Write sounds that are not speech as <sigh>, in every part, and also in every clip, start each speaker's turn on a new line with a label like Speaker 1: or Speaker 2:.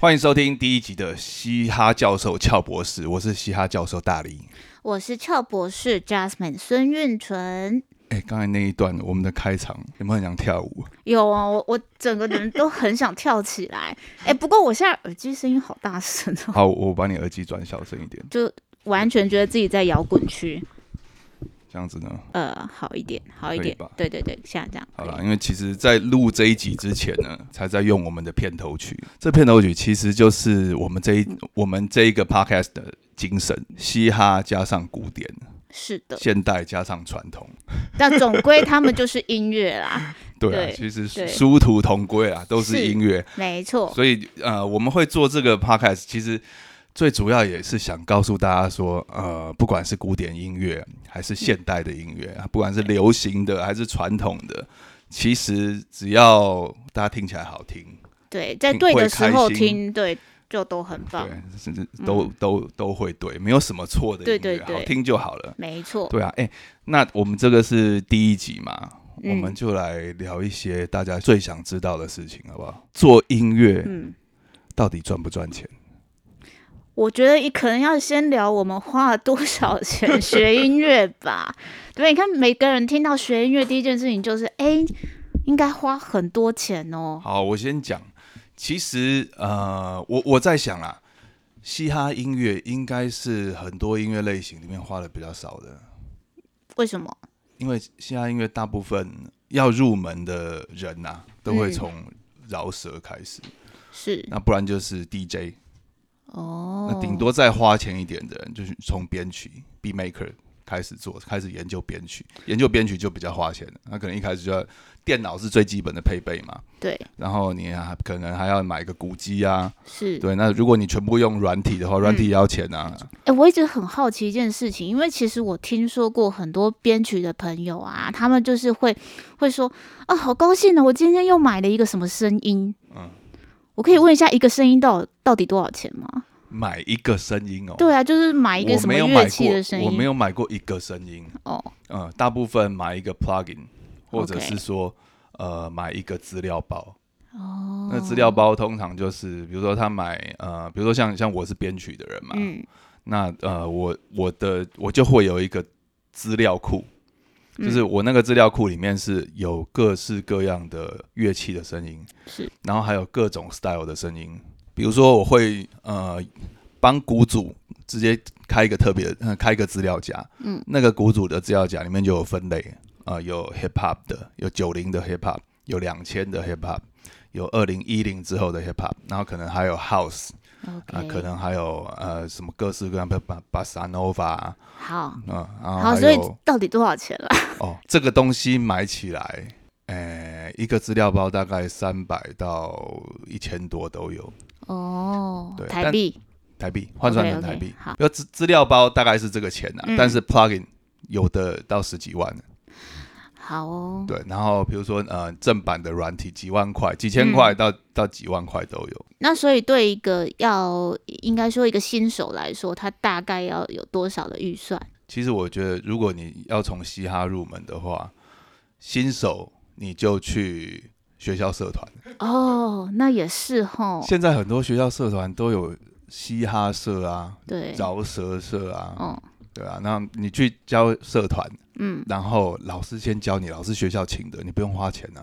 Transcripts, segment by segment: Speaker 1: 欢迎收听第一集的《嘻哈教授俏博士》，我是嘻哈教授大林。
Speaker 2: 我是俏博士 Jasmine 孙运纯。
Speaker 1: 哎，刚才那一段我们的开场有没有很想跳舞？
Speaker 2: 有啊，我我整个人都很想跳起
Speaker 1: <laughs>
Speaker 2: 来。哎、不过我现在耳机声音好大声哦， <laughs>
Speaker 1: 好，我把你耳机转小声一点，
Speaker 2: 就完全觉得自己在摇滚区。
Speaker 1: 这样子呢？
Speaker 2: 呃，好一点，好一
Speaker 1: 可以
Speaker 2: 点
Speaker 1: 吧。
Speaker 2: 对对对，现在这样。
Speaker 1: 好啦，因为其实，在录这一集之前呢，才在用我们的片头曲。这片头曲其实就是我们这一我们这一个 podcast 的精神：嘻哈加上古典，
Speaker 2: 是的，
Speaker 1: 现代加上传统。
Speaker 2: 但总归他们就是音乐啦，
Speaker 1: 对啊，
Speaker 2: 对
Speaker 1: 其实
Speaker 2: 对
Speaker 1: 殊途同归啊，都是
Speaker 2: 是哦
Speaker 1: 音乐。
Speaker 2: 没错。
Speaker 1: 所以呃，我们会做这个 podcast，其实最主要也是想告诉大家说，呃，不管是古典音乐还是现代的音乐，不管是流行的还是传统的，其实只要大家听起来好听，
Speaker 2: 对，在
Speaker 1: 听
Speaker 2: 对
Speaker 1: 会
Speaker 2: 的时
Speaker 1: 开
Speaker 2: 候
Speaker 1: 心
Speaker 2: 听，对，就都很棒
Speaker 1: 对。，甚至都、都都会对，没有什么错的音乐，
Speaker 2: 嗯对对对
Speaker 1: 好听就好了。
Speaker 2: 没错，
Speaker 1: 对啊，哎、那我们这个是第一集嘛，我
Speaker 2: 嗯
Speaker 1: 们就来聊一些大家最想知道的事情，好不好？做音乐
Speaker 2: 嗯，
Speaker 1: 到底赚不赚钱？
Speaker 2: 我觉得可能要先聊我们花了多少钱学音乐吧。 <laughs> 对，你看每个人听到学音乐第一件事情就是，哎、应该花很多钱哦。
Speaker 1: 好，我先讲。其实呃，我我在想啊，嘻哈音乐应该是很多音乐类型里面花的比较少的，
Speaker 2: 为什么？
Speaker 1: 因为嘻哈音乐大部分要入门的人呐、都会
Speaker 2: 嗯
Speaker 1: 从饶舌开始，
Speaker 2: 是
Speaker 1: 那不然就是 DJ，、
Speaker 2: 哦，
Speaker 1: 那顶多再花钱一点的人就是从编曲 B maker 开始做，开始研究编曲，研究编曲就比较花钱了，那可能一开始就要电脑是最基本的配备嘛，
Speaker 2: 对
Speaker 1: 然后你还可能还要买个鼓机啊。
Speaker 2: 是。
Speaker 1: 对，那如果你全部用软体
Speaker 2: 嗯
Speaker 1: 的话，软体也要钱啊。
Speaker 2: 哎、我一直很好奇一件事情，因为其实我听说过很多编曲的朋友啊，他们就是会会说啊，好高兴呢，我今天又买了一个什么声音。
Speaker 1: 嗯
Speaker 2: 我可以问一下，一个声音到到底多少钱吗？
Speaker 1: 买一个声音哦，
Speaker 2: 对啊，就是买一个
Speaker 1: 我
Speaker 2: 什么
Speaker 1: 没有买
Speaker 2: 乐
Speaker 1: 过，
Speaker 2: 器的声音。
Speaker 1: 我没有买过一个声音，
Speaker 2: 哦，
Speaker 1: 嗯，大部分买一个 plugin，或者
Speaker 2: OK
Speaker 1: 是说呃买一个资料包。哦，那资料包通常就是，比如说他买呃，比如说像像我是编曲的人嘛，
Speaker 2: 嗯，
Speaker 1: 那呃我我的我就会有一个资料库。
Speaker 2: 嗯
Speaker 1: 就是我那个资料库里面是有各式各样的乐器的声音，
Speaker 2: 是
Speaker 1: 然后还有各种 style 的声音，比如说我会呃帮鼓组直接开一个特别、呃、开一个资料夹，
Speaker 2: 嗯，
Speaker 1: 那个鼓组的资料夹里面就有分类，呃，有 hip hop 的，有九零的 hip hop，有两千的 hip hop，有二零一零之后的 hip hop，然后可能还有 house 啊、
Speaker 2: OK，、
Speaker 1: 可能还有呃什么各式各样的巴巴萨诺瓦啊，
Speaker 2: 好。
Speaker 1: 嗯然后
Speaker 2: 好，
Speaker 1: 还
Speaker 2: 所以
Speaker 1: 有
Speaker 2: 到底多少钱了？ <laughs>
Speaker 1: 哦，这个东西买起来，诶、一个资料包大概三百到一千多都有
Speaker 2: 哦
Speaker 1: 对，
Speaker 2: 台
Speaker 1: 但
Speaker 2: 币
Speaker 1: 台币，换算成
Speaker 2: OK，OK，
Speaker 1: 台币。
Speaker 2: 好
Speaker 1: 要资资料包大概是这个钱啊，
Speaker 2: 嗯
Speaker 1: 但是 plugin 有的到十几万，啊
Speaker 2: 好哦，
Speaker 1: 对。然后比如说呃，正版的软体几万块、几
Speaker 2: 嗯
Speaker 1: 千块到、到几万块都有。
Speaker 2: 那所以对一个要应该说一个新手来说，他大概要有多少的预算？
Speaker 1: 其实我觉得，如果你要从嘻哈入门的话，新手你就去学校社团。
Speaker 2: 哦，那也是吼，
Speaker 1: 现在很多学校社团都有嘻哈社啊、
Speaker 2: 对，
Speaker 1: 饶舌社啊，
Speaker 2: 哦，
Speaker 1: 对啊，那你去教社团，
Speaker 2: 嗯，
Speaker 1: 然后老师先教你，老师学校请的，你不用花钱啊。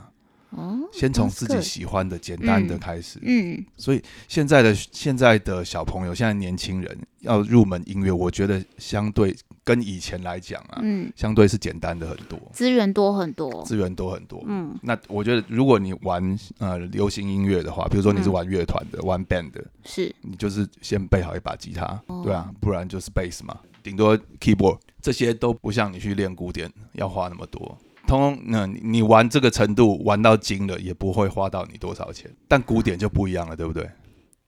Speaker 2: 哦，
Speaker 1: 先从
Speaker 2: Sounds
Speaker 1: 自己
Speaker 2: good
Speaker 1: 喜欢的、简单的
Speaker 2: 嗯
Speaker 1: 开始。
Speaker 2: 嗯，
Speaker 1: 所以现在的现在的小朋友，现在年轻人要入门音乐，我觉得相对跟以前来讲啊，
Speaker 2: 嗯，
Speaker 1: 相对是简单的很多，
Speaker 2: 资源多很多，
Speaker 1: 资源多很多。
Speaker 2: 嗯，
Speaker 1: 那我觉得，如果你玩呃流行音乐的话，比如说你是
Speaker 2: 嗯
Speaker 1: 玩乐团的、玩 band 的，
Speaker 2: 是
Speaker 1: 你就是先备好一把吉他，
Speaker 2: 哦
Speaker 1: 对啊，不然就是 bass 嘛，顶多 keyboard 这些都不像你去练古典要花那么多。通通，那、你你玩这个程度玩到精了，也不会花到你多少钱。但古典就不一样了，对不对？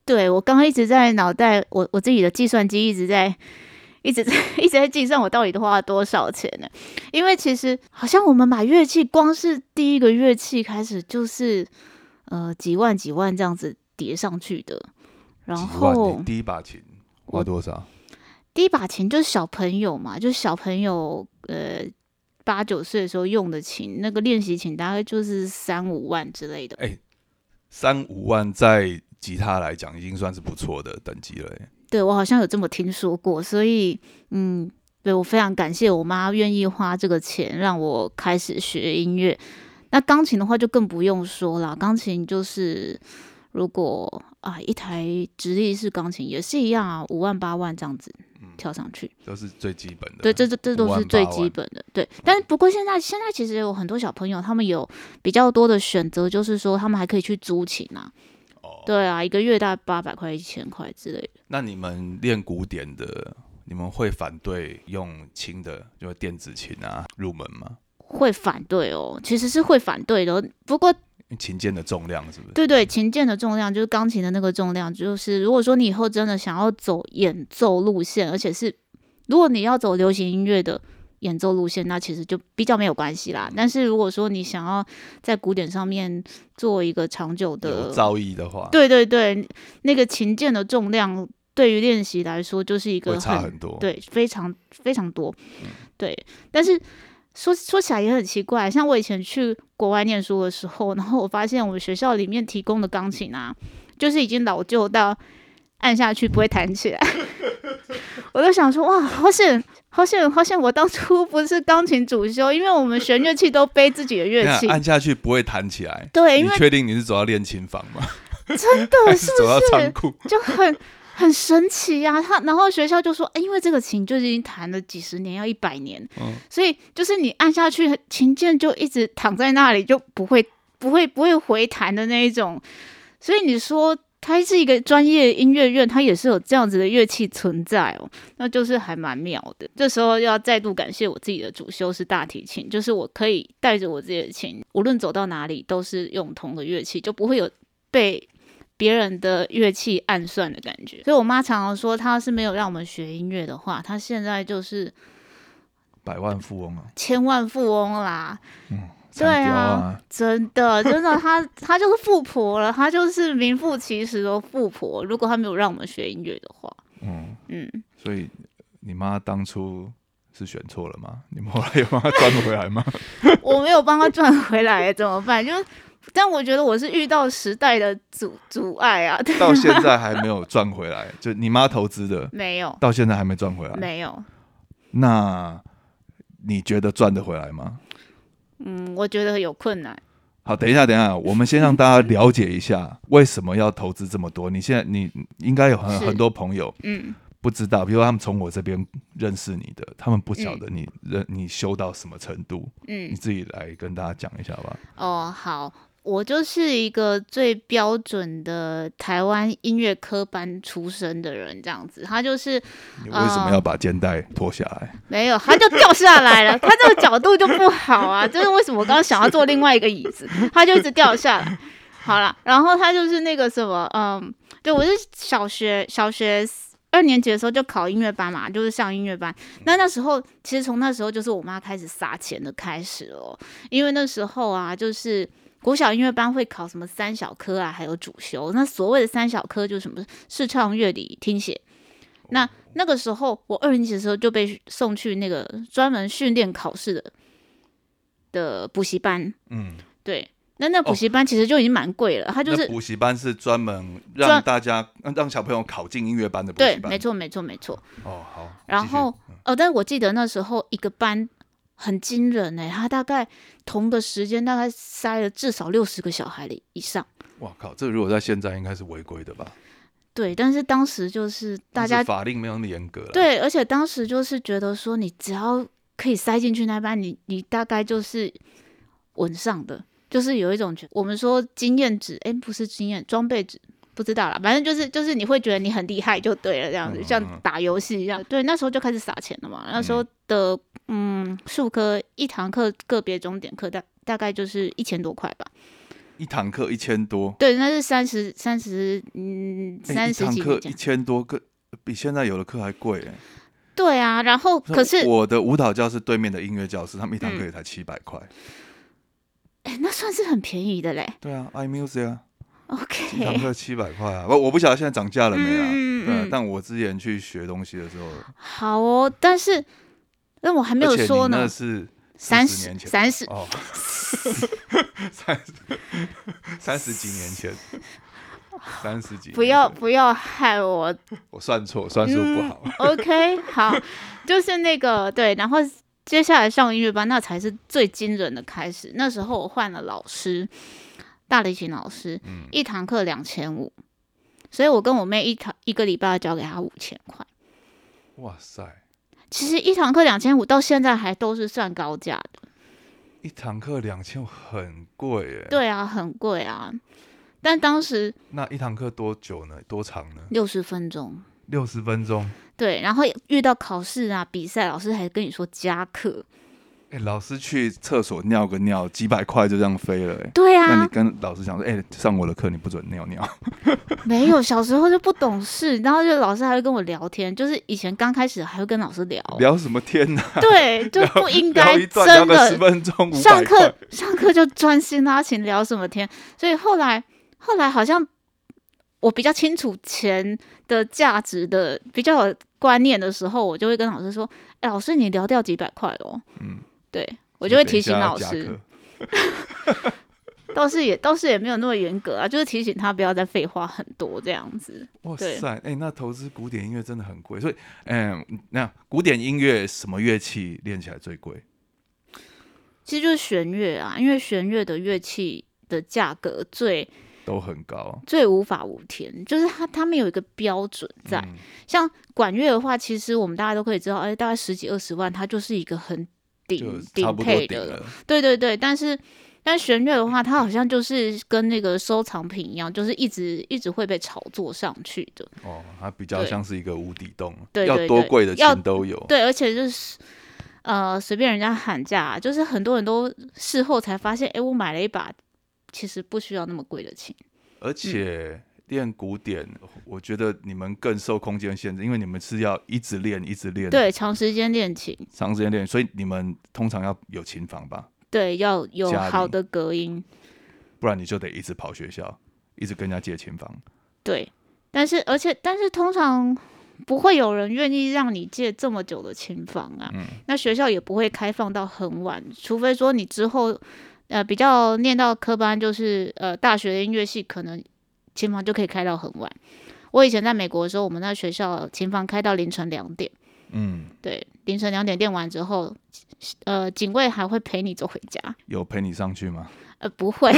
Speaker 2: 对我刚刚一直在脑袋，我我自己的计算机一直在一直在 <laughs> 一直在计算我到底花了多少钱呢？因为其实好像我们买乐器，光是第一个乐器开始就是呃几万几万这样子叠上去的，然
Speaker 1: 几万，
Speaker 2: 后
Speaker 1: 你第一把琴花多少？
Speaker 2: 第一把琴就是小朋友嘛，就是小朋友呃八九岁的时候用的琴，那个练习琴大概就是三五万之类的。
Speaker 1: 哎三五万在吉他来讲，已经算是不错的等级了耶。
Speaker 2: 对我好像有这么听说过，所以嗯，对我非常感谢我妈愿意花这个钱让我开始学音乐。那钢琴的话就更不用说了，钢琴就是如果啊一台直立式钢琴也是一样啊，五万八万这样子跳上去。
Speaker 1: 都是最基本的。
Speaker 2: 对，这这这
Speaker 1: 嗯五
Speaker 2: 都
Speaker 1: 万
Speaker 2: 是最
Speaker 1: 八
Speaker 2: 基
Speaker 1: 万
Speaker 2: 本的。对，但不过现在现在其实有很多小朋友，他们有比较多的选择，就是说他们还可以去租琴啊。
Speaker 1: 哦
Speaker 2: 对啊，一个月大概八百块、一千块之类的。
Speaker 1: 那你们练古典的，你们会反对用轻的，就是电子琴啊入门吗？
Speaker 2: 会反对哦，其实是会反对的哦。不过，
Speaker 1: 因为琴键的重量是不是？
Speaker 2: 对对，琴键的重量就是钢琴的那个重量，就是如果说你以后真的想要走演奏路线，而且是如果你要走流行音乐的演奏路线，那其实就比较没有关系啦。但是如果说你想要在古典上面做一个长久的
Speaker 1: 有造啊诣的话，
Speaker 2: 对对对，那个琴键的重量对于练习来说就是一
Speaker 1: 会
Speaker 2: 个
Speaker 1: 差
Speaker 2: 很
Speaker 1: 很多。，嗯
Speaker 2: 对非常非常多，对。但是说说起来也很奇怪，像我以前去国外念书的时候，然后我发现我们学校里面提供的钢琴啊，就是已经老旧到按下去不会弹起来。 <laughs> 我就想说，哇，好险，好险，好险！我当初不是钢琴主修，因为我们弦乐器都背自己的乐器。
Speaker 1: 按下去不会弹起来。
Speaker 2: 对，因
Speaker 1: 啊你
Speaker 2: 为
Speaker 1: 确定你是走到练琴房吗？
Speaker 2: 真
Speaker 1: <laughs>
Speaker 2: 的
Speaker 1: 还
Speaker 2: 是
Speaker 1: 走
Speaker 2: 不
Speaker 1: 到
Speaker 2: 是？
Speaker 1: 仓库？
Speaker 2: 就很很神奇呀、他然后学校就说，哎、因为这个琴就已经弹了几十年，要一百年，
Speaker 1: 嗯
Speaker 2: 所以就是你按下去，琴键就一直躺在那里，就不会不会不会回弹的那一种。所以你说它是一个专业音乐院，它也是有这样子的乐器存在哦，那就是还蛮妙的。这时候要再度感谢我自己的主修是大提琴，就是我可以带着我自己的琴，无论走到哪里都是用同个乐器，就不会有被别人的乐器暗算的感觉。所以我妈常常说，她要是没有让我们学音乐的话，她现在就是
Speaker 1: 百万富翁啊，
Speaker 2: 千万富翁啦。对
Speaker 1: 嗯产雕
Speaker 2: 啊
Speaker 1: 啊，
Speaker 2: 真的，真的，她她就是富婆了，她就是名副其实的富婆。如果她没有让我们学音乐的话，
Speaker 1: 嗯，
Speaker 2: 嗯，
Speaker 1: 所以你妈当初是选错了吗？你们后来有帮她转回来吗？
Speaker 2: 我没有帮她赚回来怎么办？就是。但我觉得我是遇到时代的阻阻碍啊，对 <laughs>
Speaker 1: 到现在还没有赚回来，就你妈投资的，
Speaker 2: 没有
Speaker 1: 到现在还没赚回来。
Speaker 2: 没有，
Speaker 1: 那你觉得赚得回来吗？
Speaker 2: 嗯，我觉得有困难。
Speaker 1: 好，等一下，等一下，我们先让大家了解一
Speaker 2: <laughs>
Speaker 1: 下为什么要投资这么多。你现在你应该有很
Speaker 2: 是
Speaker 1: 很多朋友
Speaker 2: 嗯，
Speaker 1: 不知道，比如他们从我这边认识你的，他们不晓得你认、你修到什么程度，
Speaker 2: 嗯
Speaker 1: 你自己来跟大家讲一下吧。
Speaker 2: 哦，好，我就是一个最标准的台湾音乐科班出身的人，这样子。他就是
Speaker 1: 你
Speaker 2: 啊
Speaker 1: 为什么要把肩带脱下来？
Speaker 2: 没有，他就掉下来了，他这个角度就不好啊。就是为什么我刚刚想要坐另外一个椅子，他就一直掉下来。好了，然后他就是那个什么，嗯，对我是小学小学二年级的时候就考音乐班嘛，就是上音乐班。那那时候其实从那时候就是我妈开始撒钱的开始了哦，因为那时候啊，就是国小音乐班会考什么三小科啊，还有主修。那所谓的三小科就是什么视唱、乐理、听写。那那个时候我二年级的时候就被送去那个专门训练考试的的补习班，
Speaker 1: 嗯，
Speaker 2: 对。那那补习班其实就已经蛮贵了，它就是
Speaker 1: 哦那补习班是专门让
Speaker 2: 专
Speaker 1: 大家让小朋友考进音乐班的补
Speaker 2: 对
Speaker 1: 习，班，嗯
Speaker 2: 没。错，没错，没错。
Speaker 1: 哦，好。
Speaker 2: 然
Speaker 1: 继续
Speaker 2: 后呃，但我记得那时候一个班很惊人哎、他大概同个时间大概塞了至少六十个小孩的以上。
Speaker 1: 哇靠，这如果在现在应该是违规的吧？
Speaker 2: 对，但是当时就是大
Speaker 1: 但是
Speaker 2: 家
Speaker 1: 法令没有那么严格了。
Speaker 2: 对，而且当时就是觉得说，你只要可以塞进去那班，你你大概就是稳上的，就是有一种觉我们说经验值，哎、不是经验，装备值。不知道啦，反正就是就是你会觉得你很厉害就对了，这样子
Speaker 1: 嗯
Speaker 2: 像
Speaker 1: 嗯嗯
Speaker 2: 打游戏一样。对，那时候就开始撒钱了嘛。那时候的嗯，数科一堂课个别钟点课大大概就是一千多块吧。
Speaker 1: 一堂课一千多，
Speaker 2: 对，那是三十三十嗯
Speaker 1: 哎
Speaker 2: 三
Speaker 1: 一
Speaker 2: 十
Speaker 1: 堂
Speaker 2: 几
Speaker 1: 课
Speaker 2: 年
Speaker 1: 一
Speaker 2: 前。
Speaker 1: 千多个，比现在有的课还贵欸。
Speaker 2: 对啊，然后可是嗯
Speaker 1: 我的舞蹈教室对面的音乐教室，他们一堂课也才七百块。
Speaker 2: 哎，那算是很便宜的嘞。
Speaker 1: 对啊，iMusic 啊，一堂
Speaker 2: OK，
Speaker 1: 课七百块啊。不，我不晓得现在涨价了没啦。
Speaker 2: 嗯嗯
Speaker 1: 对啊
Speaker 2: 嗯，
Speaker 1: 但我之前去学东西的时候，
Speaker 2: 好哦，但是那我还没有
Speaker 1: 而且你
Speaker 2: 说呢
Speaker 1: 那，是
Speaker 2: 三
Speaker 1: 40年前哦
Speaker 2: 三十 <laughs>
Speaker 1: 哦，三十三十几年前，三十几年前，
Speaker 2: 不要不要害我
Speaker 1: 我算错，算数不
Speaker 2: 嗯
Speaker 1: 好。 <laughs>
Speaker 2: OK，好，就是那个对，然后接下来上音乐班，那才是最惊人的开始。那时候我换了老师，大提琴老师，
Speaker 1: 嗯
Speaker 2: 一堂课两千五，所以我跟我妹一堂一个礼拜要交给她五千块。
Speaker 1: 哇塞，
Speaker 2: 其实一堂课两千五，到现在还都是算高价的。
Speaker 1: 一堂课两千很贵耶。，
Speaker 2: 对啊，很贵啊。但当时
Speaker 1: 那一堂课多久呢？多长呢？
Speaker 2: 六十分钟，
Speaker 1: 六十分钟。
Speaker 2: 对，然后遇到考试啊、比赛，老师还跟你说加课。
Speaker 1: 哎、老师去厕所尿个尿，几百块就这样飞了、哎、
Speaker 2: 对啊，
Speaker 1: 那你跟老师讲说，哎、上我的课你不准尿尿。
Speaker 2: 没有，小时候就不懂事，然后就老师还会跟我聊天，就是以前刚开始还会跟老师聊，
Speaker 1: 聊什么天呐、
Speaker 2: 对，就哦不
Speaker 1: <laughs>
Speaker 2: 应
Speaker 1: 聊
Speaker 2: 该
Speaker 1: 一段聊
Speaker 2: 真
Speaker 1: 个十
Speaker 2: 的
Speaker 1: 分钟，五
Speaker 2: 上
Speaker 1: 百块
Speaker 2: 课。上课就专心拉琴，聊什么天？所以后来后来好像我比较清楚钱的价值的比较有观念的时候，我就会跟老师说：“哎，老师，你聊掉几百块哦。”
Speaker 1: 嗯，
Speaker 2: 对，我就会
Speaker 1: 等一
Speaker 2: 提醒
Speaker 1: 下要
Speaker 2: 老
Speaker 1: 加
Speaker 2: 师
Speaker 1: 课。
Speaker 2: 倒是也倒是也没有那么严格啊，就是提醒他不要再废话很多这样子。
Speaker 1: 哇
Speaker 2: 对
Speaker 1: 塞，哎、那投资古典音乐真的很贵，所以，嗯，那古典音乐什么乐器练起来最贵？
Speaker 2: 其实就是弦乐啊，因为弦乐的乐器的价格最
Speaker 1: 都很高。
Speaker 2: 最无法无天，就是它他们有一个标准在。
Speaker 1: 嗯
Speaker 2: 像管乐的话，其实我们大家都可以知道，哎，大概十几二十万，它就是一个很
Speaker 1: 就
Speaker 2: 顶
Speaker 1: 差
Speaker 2: 顶
Speaker 1: 不多
Speaker 2: 配
Speaker 1: 顶
Speaker 2: 的，
Speaker 1: 了。
Speaker 2: 对对对。但是但弦乐的话，它好像就是跟那个收藏品一样，就是一直一直会被炒作上去的。
Speaker 1: 哦，它比较
Speaker 2: 对
Speaker 1: 像是一个无底洞，
Speaker 2: 对
Speaker 1: 要
Speaker 2: 对
Speaker 1: 多
Speaker 2: 对
Speaker 1: 贵的
Speaker 2: 要
Speaker 1: 琴都有。
Speaker 2: 对，而且就是呃，随便人家喊价、啊就是很多人都事后才发现，哎，我买了一把其实不需要那么贵的琴。
Speaker 1: 而
Speaker 2: 嗯
Speaker 1: 且练古典，我觉得你们更受空间限制，因为你们是要一直练，一直练，，
Speaker 2: 对，长时间练琴，
Speaker 1: 长时间练，所以你们通常要有琴房吧，
Speaker 2: 对，要有
Speaker 1: 家里
Speaker 2: 好的隔音，
Speaker 1: 不然你就得一直跑学校，一直跟人家借琴房。
Speaker 2: 对。但是，而且，但是通常不会有人愿意让你借这么久的琴房啊。那学校也不会开放到很晚，除非说你之后呃比较念到科班，就是呃大学的音乐系，可能琴房就可以开到很晚。我以前在美国的时候，我们那学校琴房开到凌晨两点，
Speaker 1: 嗯，
Speaker 2: 对，凌晨两点练完之后，呃，警卫还会陪你走回家。
Speaker 1: 有陪你上去吗？
Speaker 2: 呃，不 <laughs> 会，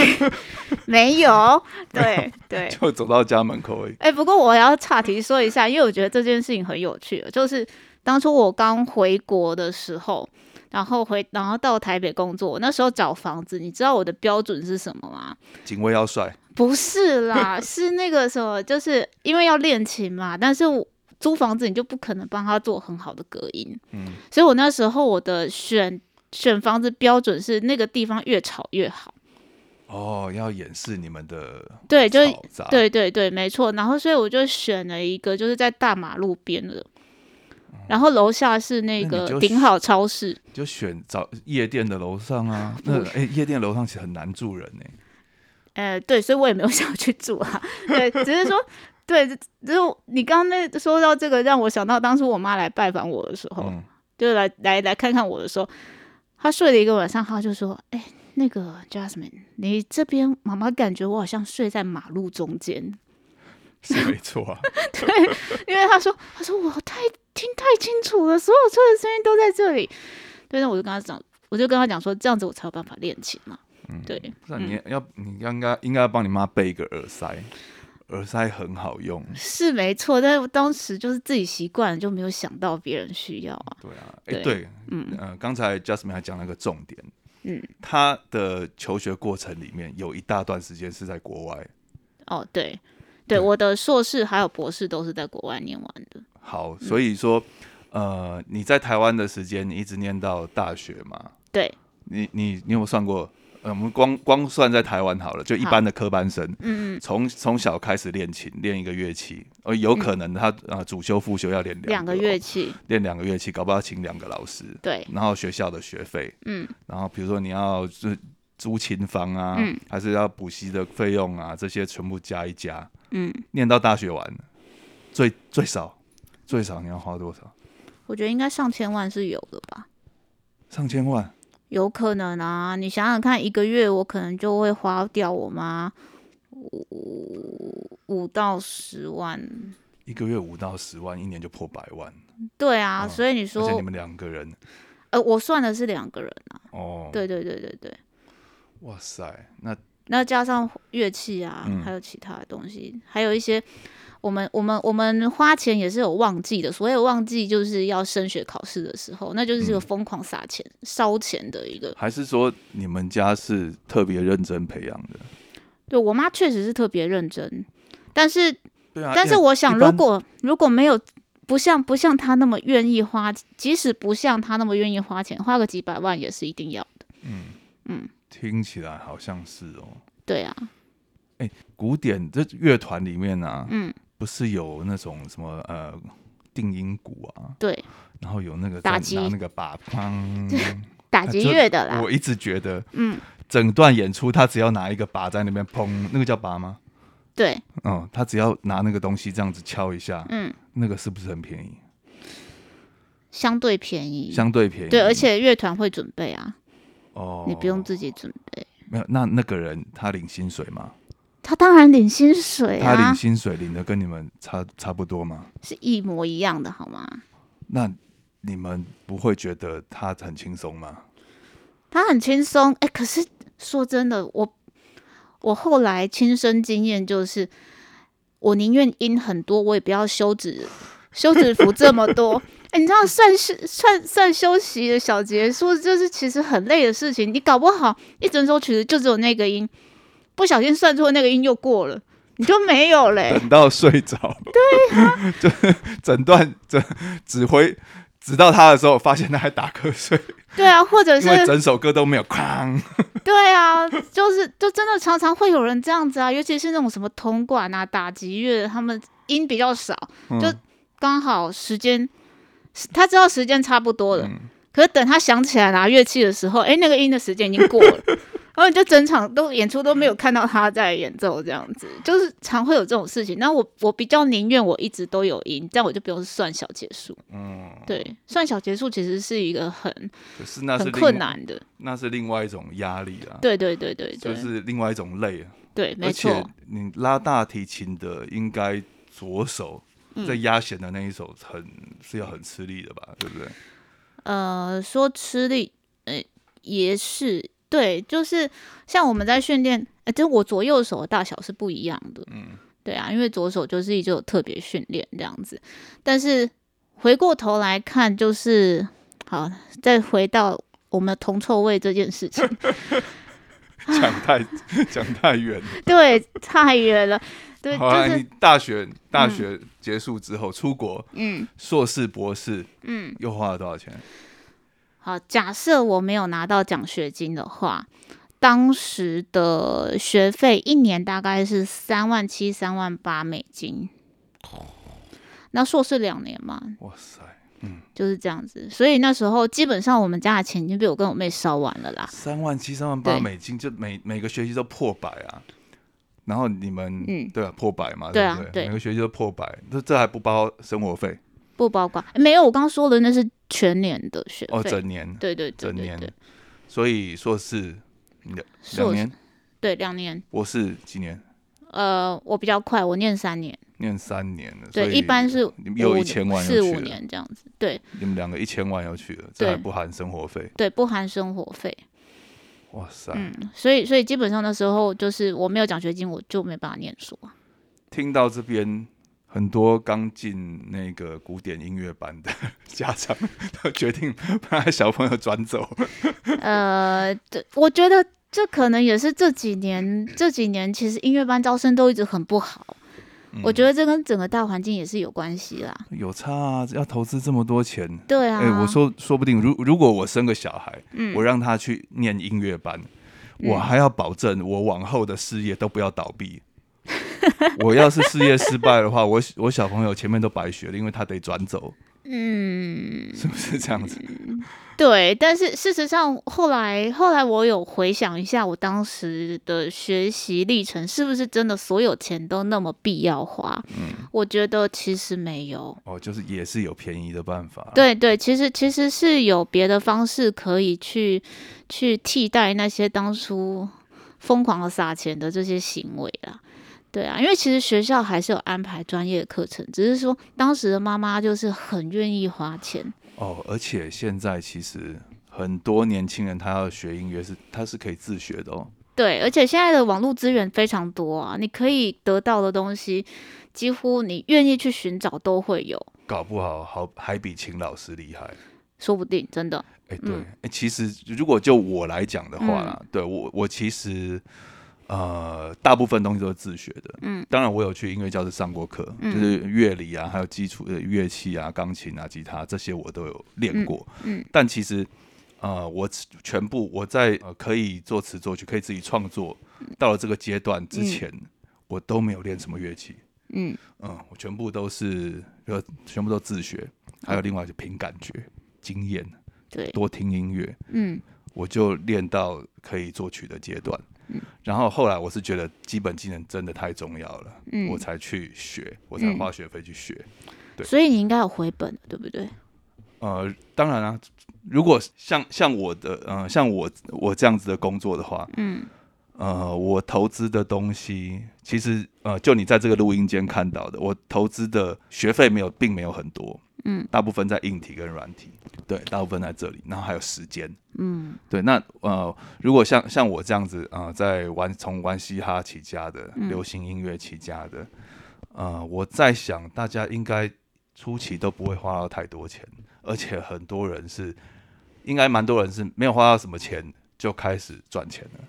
Speaker 2: 没有，对 <laughs> 对。
Speaker 1: 就走到家门口而已。
Speaker 2: 哎、不过我要岔题说一下，因为我觉得这件事情很有趣，哦就是当初我刚回国的时候，然后回，然后到台北工作，我那时候找房子，你知道我的标准是什么吗？
Speaker 1: 警卫要帅，
Speaker 2: 不是啦，是那个什么，就是因为要练琴嘛，但是我租房子你就不可能帮他做很好的隔音，
Speaker 1: 嗯，
Speaker 2: 所以我那时候我的选选房子标准是那个地方越吵越好，
Speaker 1: 哦，要掩饰你们的
Speaker 2: 对，就是
Speaker 1: 嘈杂，，
Speaker 2: 对对对，没错。然后所以我就选了一个就是在大马路边的，然后楼下是那
Speaker 1: 嗯那你
Speaker 2: 个
Speaker 1: 就
Speaker 2: 顶好超市，
Speaker 1: 就选找夜店的楼上啊。
Speaker 2: 嗯
Speaker 1: 那哎、夜店楼上其实很难住人呢、
Speaker 2: 呃，对，所以我也没有 <laughs> 想要去住啊，对，只是说。对，只是你刚刚那说到这个，让我想到当初我妈来拜访我的时候，
Speaker 1: 嗯，
Speaker 2: 就是来来来看看我的时候，她睡了一个晚上，她就说：“哎、那个 Jasmine，你这边妈妈感觉我好像睡在马路中间。”
Speaker 1: 是没错啊。
Speaker 2: 因为他说，他说我太听太清楚了，所有车的声音都在这里。对，那我就跟他讲，我就跟他讲说，这样子我才有办法练琴嘛。对，
Speaker 1: 不然
Speaker 2: 嗯
Speaker 1: 你要你要应该应该要帮你妈备一个耳塞，耳塞很好用。
Speaker 2: 是没错，但是我当时就是自己习惯了，就没有想到别人需要啊。
Speaker 1: 对啊，哎、
Speaker 2: 对
Speaker 1: 对，嗯，呃，刚才 Jasmine 还讲了个重点，
Speaker 2: 嗯，
Speaker 1: 他的求学过程里面有一大段时间是在国外。
Speaker 2: 哦，对，对，
Speaker 1: 对
Speaker 2: 我的硕士还有博士都是在国外念完的。
Speaker 1: 好，
Speaker 2: 嗯
Speaker 1: 所以说，呃，你在台湾的时间，你一直念到大学嘛？
Speaker 2: 对，
Speaker 1: 你你你有没有算过？呃，我们光光算在台湾好了，就一般的科班生，
Speaker 2: 嗯，
Speaker 1: 从从小开始练琴，练一个乐器，呃，有可能他啊、呃主修副修要练
Speaker 2: 两
Speaker 1: 个
Speaker 2: 个
Speaker 1: 哦
Speaker 2: 乐器，
Speaker 1: 练两个乐器，搞不好请两个老师，
Speaker 2: 对，
Speaker 1: 然后学校的学费，
Speaker 2: 嗯，
Speaker 1: 然后比如说你要租租琴房啊，
Speaker 2: 嗯
Speaker 1: 还是要补习的费用啊，这些全部加一加，
Speaker 2: 嗯，
Speaker 1: 念到大学完，最最少最少你要花多少？
Speaker 2: 我觉得应该上千万是有的吧。
Speaker 1: 上千万，
Speaker 2: 有可能啊，你想想看，一个月我可能就会花掉我妈五五到十万，
Speaker 1: 一个月五到十万，一年就破百万，
Speaker 2: 对啊，
Speaker 1: 嗯
Speaker 2: 所以你
Speaker 1: 而且
Speaker 2: 说
Speaker 1: 你们两个人
Speaker 2: 呃，我算的是两个人啊，
Speaker 1: 哦，，
Speaker 2: 对对对对对，
Speaker 1: 哇塞，那
Speaker 2: 那加上乐器啊，
Speaker 1: 嗯
Speaker 2: 还有其他的东西，还有一些我们我们我们花钱也是有旺季的，所有旺季就是要升学考试的时候，那就是一
Speaker 1: 嗯
Speaker 2: 个疯狂撒钱、烧钱的一个。
Speaker 1: 还是说你们家是特别认真培养的？
Speaker 2: 对我妈确实是特别认真，但是
Speaker 1: 对啊，
Speaker 2: 但是
Speaker 1: 因为
Speaker 2: 我想，
Speaker 1: 一般
Speaker 2: 如果如果没有不像不像她那么愿意花，即使不像她那么愿意花钱，花个几百万也是一定要的。
Speaker 1: 听起来好像是哦，
Speaker 2: 对啊，
Speaker 1: 古典这乐团里面啊，
Speaker 2: 嗯，
Speaker 1: 不是有那种什么呃定音鼓啊，
Speaker 2: 对，
Speaker 1: 然后有那个
Speaker 2: 打
Speaker 1: 在
Speaker 2: 击
Speaker 1: 拿那个把砰， <laughs>
Speaker 2: 打击
Speaker 1: 啊就
Speaker 2: 乐的啦
Speaker 1: 我，一直觉得，
Speaker 2: 嗯，
Speaker 1: 整段演出他只要拿一个把在那边砰，那个叫把吗？
Speaker 2: 对，
Speaker 1: 嗯，他只要拿那个东西这样子敲一下，
Speaker 2: 嗯，
Speaker 1: 那个是不是很便宜？
Speaker 2: 相对便宜，
Speaker 1: 相对便宜。
Speaker 2: 对，而且乐团会准备啊，
Speaker 1: 哦，
Speaker 2: 你不用自己准备。
Speaker 1: 没有。那那个人他领薪水吗？
Speaker 2: 他当然领薪水
Speaker 1: 他领
Speaker 2: 啊，
Speaker 1: 薪水领的跟你们差差不多吗？
Speaker 2: 是一模一样的，好吗？
Speaker 1: 那你们不会觉得他很轻松吗？
Speaker 2: 他很轻松，哎、可是说真的，我我后来亲身经验就是，我宁愿音很多，我也不要休止休止符这么
Speaker 1: <laughs>
Speaker 2: 多。哎、你知道算休算算休息的小结束，就是其实很累的事情。你搞不好一整首曲子就只有那个音，不小心算错那个音又过了，你就没有嘞、
Speaker 1: 等到睡着，对
Speaker 2: 啊
Speaker 1: 呀、 <laughs> 就整段整指挥指到他的时候，发现他还打瞌睡，
Speaker 2: 对啊，或
Speaker 1: <laughs>
Speaker 2: 者
Speaker 1: 因为
Speaker 2: 是
Speaker 1: 整首歌都没有哐。
Speaker 2: 对啊，就是就真的常常会有人这样子啊，尤其是那种什么铜管啊、打击乐，他们音比较少，
Speaker 1: 嗯
Speaker 2: 就刚好时间，他知道时间差不多了，
Speaker 1: 嗯
Speaker 2: 可是等他想起来拿乐器的时候，哎、那个音的时间已经过
Speaker 1: <laughs>
Speaker 2: 了，然后你就整场都演出都没有看到他在演奏，这样子就是常会有这种事情。那我我比较宁愿我一直都有音，这样我就不用算小结束。
Speaker 1: 嗯，
Speaker 2: 对，算小结束其实是一个很
Speaker 1: 可是那是另
Speaker 2: 很困，难的。
Speaker 1: 那是另外一种压力啊，
Speaker 2: 对对对对对，
Speaker 1: 就是另外一种累啊。
Speaker 2: 对，没
Speaker 1: 而
Speaker 2: 错。
Speaker 1: 且你拉大提琴的应该左手。
Speaker 2: 嗯
Speaker 1: 在压弦的那一手很是要很吃力的吧，对不对？
Speaker 2: 呃，说吃力，呃，也是对，就是像我们在训练，呃，就是我左右手的大小是不一样的，嗯，对啊，因为左手就是就有特别训练这样子，但是回过头来看，就是好，再回到我们铜臭味这件事情， <laughs>
Speaker 1: 讲太 <laughs> 讲太远了。
Speaker 2: 对，太远了，对，
Speaker 1: 好啊，
Speaker 2: 就
Speaker 1: 你
Speaker 2: 是
Speaker 1: 大学大学结束之后、出国，
Speaker 2: 嗯
Speaker 1: 硕士、博士
Speaker 2: 嗯，
Speaker 1: 又花了多少钱？
Speaker 2: 好，假设我没有拿到奖学金的话，当时的学费一年大概是三万七、三万八美金。那硕士两年嘛，
Speaker 1: 哇塞，
Speaker 2: 就是这样子。所以那时候基本上我们家的钱已经被我跟我妹烧完了啦。
Speaker 1: 三万七、三万八
Speaker 2: 对
Speaker 1: 美金，就每每个学期都破百啊。然后你们，
Speaker 2: 嗯
Speaker 1: 对啊，破百嘛，
Speaker 2: 对
Speaker 1: 对
Speaker 2: 啊
Speaker 1: 不
Speaker 2: 对
Speaker 1: 每个学期都破百，这这还不包生活费
Speaker 2: 不包括没有，我刚说的那是全年的学费。
Speaker 1: 哦，整年，
Speaker 2: 对对对
Speaker 1: 整
Speaker 2: 对对
Speaker 1: 年，。所以硕士两
Speaker 2: 硕
Speaker 1: 两
Speaker 2: 士
Speaker 1: 年，
Speaker 2: 对两年。
Speaker 1: 博士几年？
Speaker 2: 呃，我比较快，我念三年，
Speaker 1: 念三年了，所
Speaker 2: 对，
Speaker 1: 以
Speaker 2: 一般是
Speaker 1: 你们有
Speaker 2: 五
Speaker 1: 一千万
Speaker 2: 四
Speaker 1: 要
Speaker 2: 五
Speaker 1: 去了，
Speaker 2: 年这样子，对
Speaker 1: 你们两个一千万要去了，这
Speaker 2: 对
Speaker 1: 还不含生活费，
Speaker 2: 对，不含生活费。
Speaker 1: 哇塞！
Speaker 2: 嗯，所以所以基本上那时候就是我没有奖学金，我就没办法念书
Speaker 1: <laughs>
Speaker 2: 啊。
Speaker 1: 听到这边，很多刚进那个古典音乐班的 <laughs> 家长都决定把他小朋友转走。
Speaker 2: 呃，对，我觉得这可能也是这几年这几年其实音乐班招生都一直很不好，
Speaker 1: 嗯
Speaker 2: 我觉得这跟整个大环境也是有关系啦。
Speaker 1: 有差啊，要投资这么多钱。
Speaker 2: 对啊，
Speaker 1: 哎、我说，说不定如如果我生个小孩，
Speaker 2: 嗯
Speaker 1: 我让他去念音乐班，
Speaker 2: 嗯
Speaker 1: 我还要保证我往后的事业都不要倒闭。我要是事业失败的话，我我小朋友前面都白学了，因为他得转走，
Speaker 2: 嗯，
Speaker 1: 是不是这样子？
Speaker 2: 对，但是事实上后来后来我有回想一下我当时的学习历程，是不是真的所有钱都那么必要花？
Speaker 1: 嗯
Speaker 2: 我觉得其实没有。
Speaker 1: 哦，就是也是有便宜的办法。，
Speaker 2: 对对，其实其实是有别的方式可以去去替代那些当初疯狂的撒钱的这些行为啦。对啊，因为其实学校还是有安排专业课程，只是说当时的妈妈就是很愿意花钱。
Speaker 1: 哦，而且现在其实很多年轻人他要学音乐是他是可以自学的哦。
Speaker 2: 对，而且现在的网络资源非常多啊，你可以得到的东西，几乎你愿意去寻找都会有，
Speaker 1: 搞不好好还比秦老师厉害。
Speaker 2: 说不定真的。
Speaker 1: 哎、对，哎、其实如果就我来讲的话啦，
Speaker 2: 嗯
Speaker 1: 对我我其实呃，大部分东西都是自学的。嗯，当然我有去音乐教室上过课，
Speaker 2: 嗯
Speaker 1: 就是乐理啊，还有基础的乐器啊，钢琴啊，吉他这些我都有练过。
Speaker 2: 嗯嗯
Speaker 1: 但其实呃，我只全部我在呃可以作词作曲，可以自己创作，
Speaker 2: 嗯
Speaker 1: 到了这个阶段之前，我都没有练什么乐器。
Speaker 2: 嗯，
Speaker 1: 嗯，我全部都是呃，全部都自学，还
Speaker 2: 嗯
Speaker 1: 有另外就凭感觉、经验，
Speaker 2: 对，
Speaker 1: 多听音乐。
Speaker 2: 嗯
Speaker 1: 我就练到可以作曲的阶段。然后后来我是觉得基本技能真的太重要了，
Speaker 2: 嗯
Speaker 1: 我，才去学，我才花学费去学。对
Speaker 2: 所以你应该有回本，对不对？
Speaker 1: 呃，当然啊，如果像像我的呃像我我这样子的工作的话，
Speaker 2: 嗯
Speaker 1: 呃，我投资的东西其实呃就你在这个录音间看到的，我投资的学费没有并没有很多，
Speaker 2: 嗯，
Speaker 1: 大部分在硬体跟软体，对，大部分在这里，然后还有时间，
Speaker 2: 嗯
Speaker 1: 对，那呃，如果像像我这样子啊、呃在玩从玩嘻哈起家的，
Speaker 2: 嗯
Speaker 1: 流行音乐起家的，呃，我在想大家应该初期都不会花到太多钱，而且很多人是，应该蛮多人是没有花到什么钱就开始赚钱了。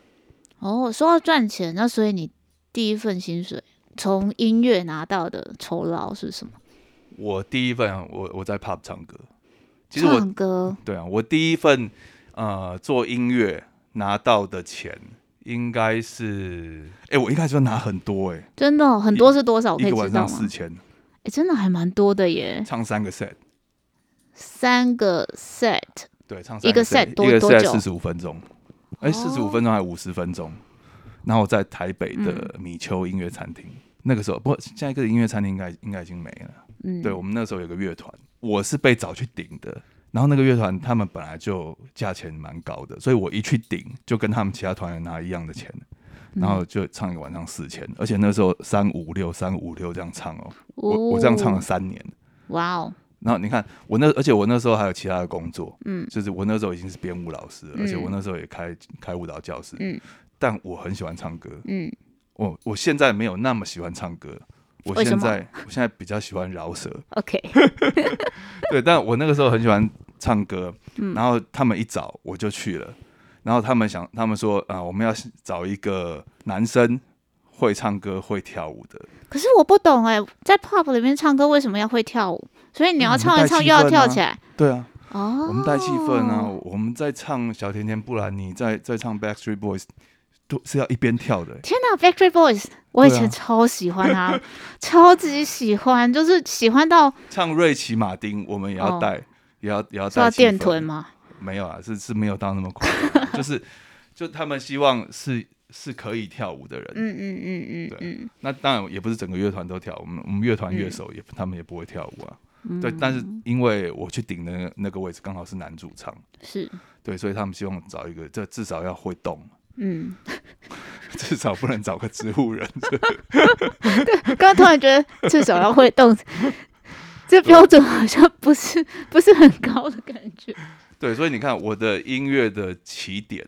Speaker 2: 哦，说到赚钱，那所以你第一份薪水从音乐拿到的酬劳是什么？
Speaker 1: 我第一份啊我我在 pub 唱歌，其实我
Speaker 2: 唱歌，
Speaker 1: 对啊，我第一份呃做音乐拿到的钱应该是，哎、我一开始就拿很多哎、
Speaker 2: 真的哦、很多是多少？我可
Speaker 1: 一
Speaker 2: 以
Speaker 1: 个
Speaker 2: 知
Speaker 1: 晚
Speaker 2: 道
Speaker 1: 上
Speaker 2: 吗
Speaker 1: 四？千。
Speaker 2: 哎，真的还蛮多的耶，
Speaker 1: 唱三个 set，
Speaker 2: 三个 set，
Speaker 1: 对，唱
Speaker 2: 一个
Speaker 1: 三
Speaker 2: set
Speaker 1: set
Speaker 2: 多
Speaker 1: 一个
Speaker 2: 多
Speaker 1: set
Speaker 2: 久
Speaker 1: 四十五分钟，哎，四十五
Speaker 2: 哦
Speaker 1: 分钟还是五十分钟？然后我在台北的
Speaker 2: 嗯
Speaker 1: 米丘音乐餐厅，那个时候不，过现在个音乐餐厅应该应该已经没了。
Speaker 2: 嗯，
Speaker 1: 对我们那时候有个乐团，我是被找去顶的。然后那个乐团他们本来就价钱蛮高的，所以我一去顶就跟他们其他团员拿一样的钱，
Speaker 2: 嗯
Speaker 1: 然后就唱一个晚上四千，而且那时候三五六三五六这样唱哦，我我这样唱了
Speaker 2: 哦，
Speaker 1: 三年。
Speaker 2: 哇哦，
Speaker 1: 然后你看我那，而且我那时候还有其他的工作，
Speaker 2: 嗯
Speaker 1: 就是我那时候已经是编舞老师了，
Speaker 2: 嗯
Speaker 1: 而且我那时候也开开舞蹈教室，
Speaker 2: 嗯
Speaker 1: 但我很喜欢唱歌，
Speaker 2: 嗯，
Speaker 1: 我我现在没有那么喜欢唱歌，我
Speaker 2: 为什
Speaker 1: 现
Speaker 2: 么
Speaker 1: 在我现在比较喜欢饶舌，
Speaker 2: OK，
Speaker 1: 对，但我那个时候很喜欢唱歌，
Speaker 2: 嗯
Speaker 1: 然后他们一找我就去了，然后他们想，他们说啊、我们要找一个男生会唱歌会跳舞的，
Speaker 2: 可是我不懂哎、在 pop 里面唱歌为什么要会跳舞？所以你要
Speaker 1: 嗯
Speaker 2: 唱一唱
Speaker 1: 带气氛啊
Speaker 2: 又要跳起来
Speaker 1: 对啊，
Speaker 2: 哦。
Speaker 1: 我们带气氛啊，我们在唱小甜甜布兰妮，在在唱 Backstreet Boys，都是要一边跳的欸、
Speaker 2: 天哪，Backstreet Boys，我以
Speaker 1: 对啊
Speaker 2: 前超喜欢他们，超级喜欢，就是喜
Speaker 1: <laughs>
Speaker 2: 欢到
Speaker 1: 唱瑞奇马丁，我们也要带，也要也要
Speaker 2: 说
Speaker 1: 带
Speaker 2: 到
Speaker 1: 气氛
Speaker 2: 哦电臀？嘛。
Speaker 1: 没有啊，是是没有到那么夸张
Speaker 2: <laughs>
Speaker 1: 啊，就是就他们希望是是可以跳舞的人。
Speaker 2: 嗯嗯嗯嗯嗯，
Speaker 1: 那当然也不是整个乐团都跳，我们我们乐团乐手也、他们也不会跳舞啊。
Speaker 2: 嗯
Speaker 1: 对，但是因为我去顶的那个那个位置刚好是男主唱，
Speaker 2: 是，
Speaker 1: 对，所以他们希望找一个，这至少要会动， <laughs>
Speaker 2: 嗯，
Speaker 1: 至少不能找个植物人。
Speaker 2: 刚刚突然觉得至少要会动， <laughs> 这标准好像不是不是很高的感觉。
Speaker 1: 对，所以你看我的音乐的起点，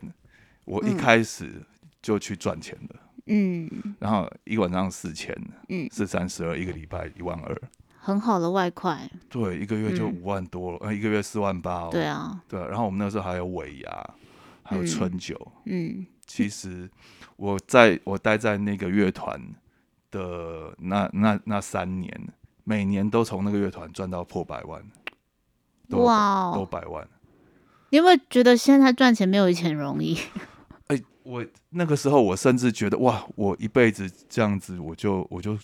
Speaker 1: 我一开始就去赚钱了，
Speaker 2: 嗯，
Speaker 1: 然后一晚上四千，
Speaker 2: 嗯
Speaker 1: 四三十二，一个礼拜一万二，
Speaker 2: 很好的外快，
Speaker 1: 对，一个月就五万多，呃，一个月四万八、哦，
Speaker 2: 嗯对啊，
Speaker 1: 对啊然后我们那时候还有尾牙，还有
Speaker 2: 嗯
Speaker 1: 春酒。
Speaker 2: 嗯
Speaker 1: 其实我在我待在那个乐团的那那那三年，每年都从那个乐团赚到破百万，都有
Speaker 2: 哇
Speaker 1: 都
Speaker 2: 哦，
Speaker 1: 百万。
Speaker 2: 你有没有觉得现在赚钱没有以前容易？
Speaker 1: 哎、我那个时候我甚至觉得哇，我一辈子这样子，我就我就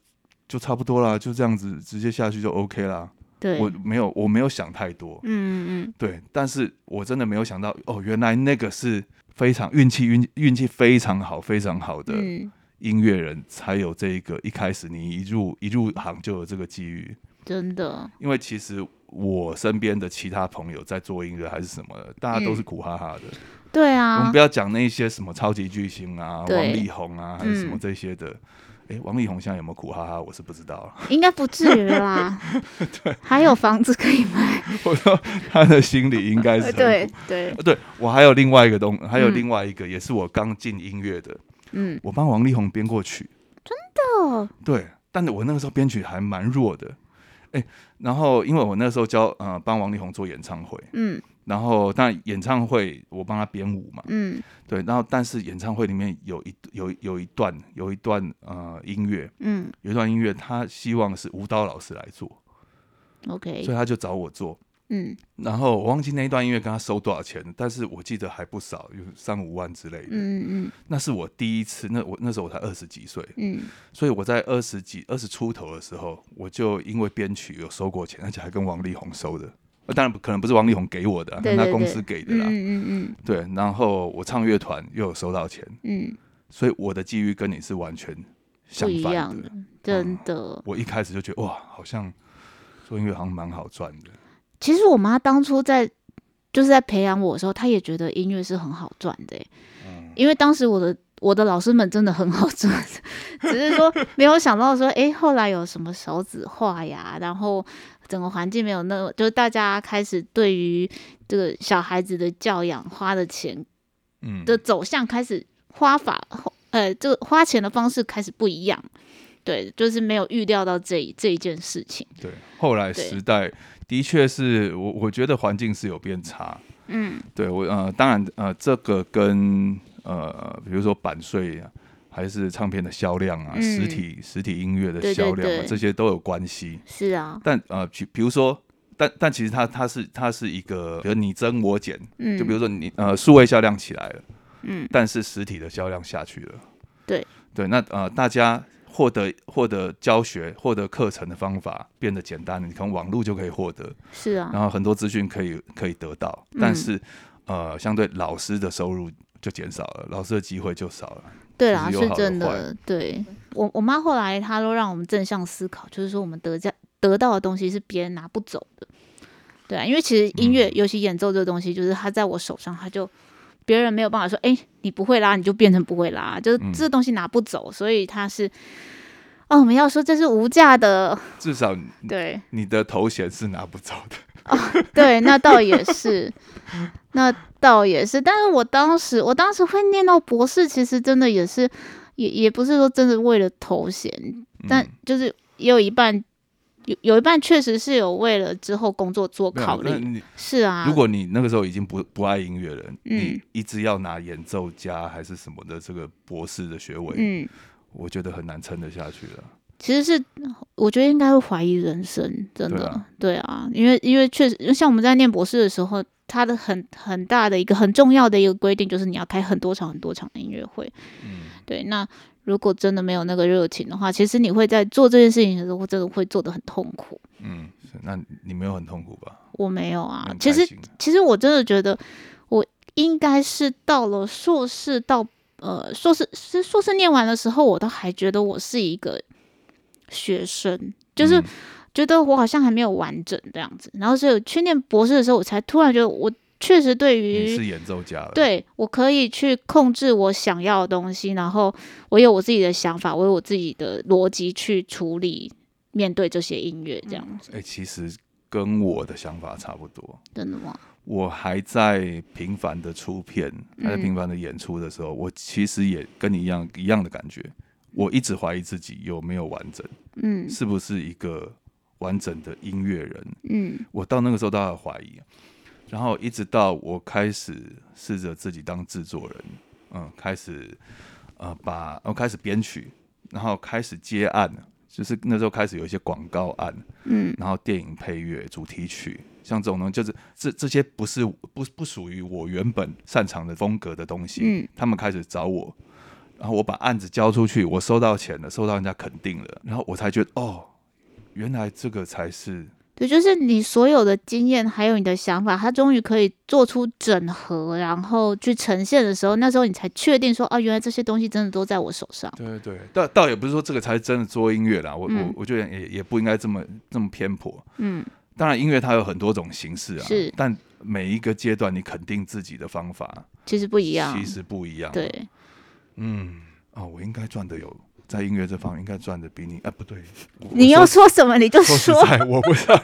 Speaker 1: 就差不多啦，就这样子直接下去就 OK 啦。
Speaker 2: 对，
Speaker 1: 我没有我没有想太多，
Speaker 2: 嗯嗯
Speaker 1: 对，但是我真的没有想到哦，原来那个是非常运气运运气非常好非常好的
Speaker 2: 嗯，
Speaker 1: 音乐人才有这一个一开始你一入一入行就有这个机遇，
Speaker 2: 真的，
Speaker 1: 因为其实。我身边的其他朋友在做音乐还是什么的，大家
Speaker 2: 嗯
Speaker 1: 都是苦哈哈的，
Speaker 2: 对
Speaker 1: 我们
Speaker 2: 啊
Speaker 1: 不，要讲那些什么超级巨星啊、
Speaker 2: 对嗯
Speaker 1: 王力宏啊，还有什么这些的。哎、诶，王力宏现在有没有苦哈哈？我是不知道 <laughs> 了。
Speaker 2: 应该不至
Speaker 1: <laughs>
Speaker 2: 于啦。还有房子可以买。
Speaker 1: 我说他的心里应该是很苦
Speaker 2: <laughs> 对对，
Speaker 1: 呃对我还有另外一个东，还有
Speaker 2: 嗯
Speaker 1: 另外一个、也是我刚进音乐的， <laughs>
Speaker 2: 嗯，
Speaker 1: 我帮王力宏编过曲，
Speaker 2: 哦，
Speaker 1: 对，但我那个时候编曲还蛮弱的，哎，然后因为我那时候教呃帮王力宏做演唱会，
Speaker 2: 嗯
Speaker 1: 然后但演唱会我帮他编舞嘛，
Speaker 2: 嗯
Speaker 1: 对，然后但是演唱会里面有一有有一段有一段呃音乐，
Speaker 2: 嗯
Speaker 1: 有一段音乐他希望是舞蹈老师来做，所
Speaker 2: ，OK，
Speaker 1: 以他就找我做。
Speaker 2: 嗯
Speaker 1: 然后我忘记那一段音乐跟他收多少钱，但是我记得还不少，有三五万之类的。
Speaker 2: 嗯嗯
Speaker 1: 那是我第一次，那我那时候我才二十几岁，
Speaker 2: 嗯，
Speaker 1: 所以我在二十几、二十出头的时候，我就因为编曲有收过钱，而且还跟王力宏收的。呃当然不可能不是王力宏给我的啊，
Speaker 2: 对
Speaker 1: 跟
Speaker 2: 对
Speaker 1: 他
Speaker 2: 对，
Speaker 1: 公司给的啦。
Speaker 2: 嗯嗯
Speaker 1: 对，然后我唱乐团又有收到钱，
Speaker 2: 嗯嗯，
Speaker 1: 所以我的际遇跟你是完全相
Speaker 2: 不一
Speaker 1: 反
Speaker 2: 样
Speaker 1: 的嗯
Speaker 2: 的。，真的。
Speaker 1: 我一开始就觉得哇，好像做音乐好像蛮好赚的。
Speaker 2: 其实我妈当初在就是在培养我的时候，她也觉得音乐是很好赚的欸、因为当时我的我的老师们真的很好赚，只是
Speaker 1: <laughs>
Speaker 2: 说没有想到说，诶，后来有什么少子化呀，然后整个环境没有那么，就是大家开始对于这个小孩子的教养花的钱
Speaker 1: 嗯，
Speaker 2: 的走向开始花法，呃，这个花钱的方式开始不一样。对，就是没有预料到这一这一件事情。
Speaker 1: 对。后来
Speaker 2: 对
Speaker 1: 时代的确是我，我觉得环境是有变差。
Speaker 2: 嗯
Speaker 1: 对我呃，当然呃，这个跟呃，比如说版税啊，还是唱片的销量啊，
Speaker 2: 嗯
Speaker 1: 实体实体音乐的
Speaker 2: 对对
Speaker 1: 销量啊，
Speaker 2: 对
Speaker 1: 这些都有关系。
Speaker 2: 是啊，
Speaker 1: 但呃，比比如说，但但其实它它是它是一个，比如你增我减，
Speaker 2: 嗯，
Speaker 1: 就比如说你呃，数位销量起来了，
Speaker 2: 嗯，
Speaker 1: 但是实体的销量下去了。
Speaker 2: 对
Speaker 1: 对，那呃，大家获得获得教学、获得课程的方法变得简单了，你从网络就可以获得。
Speaker 2: 是啊，嗯
Speaker 1: 然后很多资讯可以可以得到，但是、呃，相对老师的收入就减少了，老师的机会就少了。
Speaker 2: 对
Speaker 1: 其
Speaker 2: 啦，
Speaker 1: 实有
Speaker 2: 是
Speaker 1: 好有
Speaker 2: 真
Speaker 1: 坏
Speaker 2: 的。对我我妈后来她都让我们正向思考，就是说我们得价得到的东西是别人拿不走的。对啊，因为其实
Speaker 1: 嗯
Speaker 2: 音乐，尤其演奏这个东西，就是它在我手上，它就别人没有办法说，哎、你不会拉，你就变成不会拉，就是
Speaker 1: 嗯
Speaker 2: 这东西拿不走，所以它是。哦，我们要说这是无价的，
Speaker 1: 至少
Speaker 2: 对
Speaker 1: 你的头衔是拿不走的。
Speaker 2: <laughs> 对，那倒也是，那倒也是。但是我当时，我当时会念到博士，其实真的也是，也也不是说真的为了头衔，但
Speaker 1: 嗯
Speaker 2: 就是也有一半，有有一半确实是有为了之后工作做
Speaker 1: 没有
Speaker 2: 考
Speaker 1: 那
Speaker 2: 虑。
Speaker 1: 你
Speaker 2: 是啊，
Speaker 1: 如果你那个时候已经不不爱音乐了，
Speaker 2: 嗯
Speaker 1: 你一直要拿演奏家还是什么的这个博士的学位，
Speaker 2: 嗯，
Speaker 1: 我觉得很难撑得下去了。
Speaker 2: 其实是我觉得应该会怀疑人生，真的，
Speaker 1: 对啊
Speaker 2: 对啊，因为因为确实，因为像我们在念博士的时候，他的很很大的一个很重要的一个规定就是你要开很多场很多场的音乐会。
Speaker 1: 嗯，
Speaker 2: 对，那如果真的没有那个热情的话，其实你会在做这件事情的时候，真的会做得很痛苦。
Speaker 1: 嗯，是那你没有很痛苦吧？
Speaker 2: 我没有
Speaker 1: 你
Speaker 2: 啊
Speaker 1: 很，
Speaker 2: 其
Speaker 1: 开
Speaker 2: 实
Speaker 1: 心
Speaker 2: 其实我真的觉得，我应该是到了硕士到呃硕士是硕士念完的时候，我都还觉得我是一个学生，就是
Speaker 1: 嗯
Speaker 2: 觉得我好像还没有完整这样子。然后所以我去念博士的时候，我才突然觉得我确实对
Speaker 1: 你
Speaker 2: 于
Speaker 1: 是演奏家了，，
Speaker 2: 嗯对我可以去控制我想要的东西，然后我有我自己的想法，我有我自己的逻辑去处理面对这些音乐这样子，
Speaker 1: 哎、其实跟我的想法差不多。
Speaker 2: 真的吗？
Speaker 1: 我还在频繁的出片，
Speaker 2: 嗯
Speaker 1: 还在频繁的演出的时候，我其实也跟你一样一样的感觉。我一直怀疑自己有没有完整，
Speaker 2: 嗯
Speaker 1: 是不是一个完整的音乐人。
Speaker 2: 嗯
Speaker 1: 我到那个时候都还怀疑，然后一直到我开始试着自己当制作人，嗯，开始呃把我、开始编曲，然后开始接案，就是那时候开始有一些广告案，
Speaker 2: 嗯
Speaker 1: 然后电影配乐、主题曲，像这种东西，就是这这些不是不不属于我原本擅长的风格的东西，
Speaker 2: 嗯
Speaker 1: 他们开始找我，然后我把案子交出去，我收到钱了，受到人家肯定了，然后我才觉得哦，原来这个才是
Speaker 2: 对，就是你所有的经验，还有你的想法，它终于可以做出整合，然后去呈现的时候，那时候你才确定说，哦、原来这些东西真的都在我手上。
Speaker 1: 对对，倒倒也不是说这个才是真的做音乐啦，我、
Speaker 2: 嗯
Speaker 1: 我我觉得也也不应该这么这么偏颇，
Speaker 2: 嗯
Speaker 1: 当然音乐它有很多种形式啊，
Speaker 2: 是
Speaker 1: 但每一个阶段你肯定自己的方法
Speaker 2: 其实不一样
Speaker 1: 其，实不一样，
Speaker 2: 对，
Speaker 1: 嗯，哦，我应该赚的有在音乐这方面应该赚的比你啊不
Speaker 2: <laughs>
Speaker 1: 对，我
Speaker 2: 你
Speaker 1: 我
Speaker 2: 要说什么你就
Speaker 1: 说实 <laughs>
Speaker 2: 说。
Speaker 1: 在，我不想，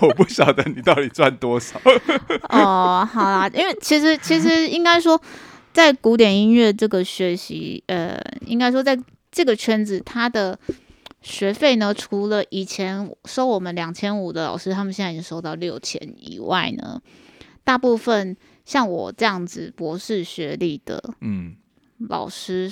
Speaker 1: 我不晓得你到底赚多少。
Speaker 2: 嗯
Speaker 1: <laughs>
Speaker 2: 哦，好啦，因为其实其实应该说，在古典音乐这个学习，呃，应该说在这个圈子，它的学费呢，除了以前收我们两千五的老师，他们现在已经收到六千以外呢，大部分像我这样子博士学历的
Speaker 1: 嗯，
Speaker 2: 老师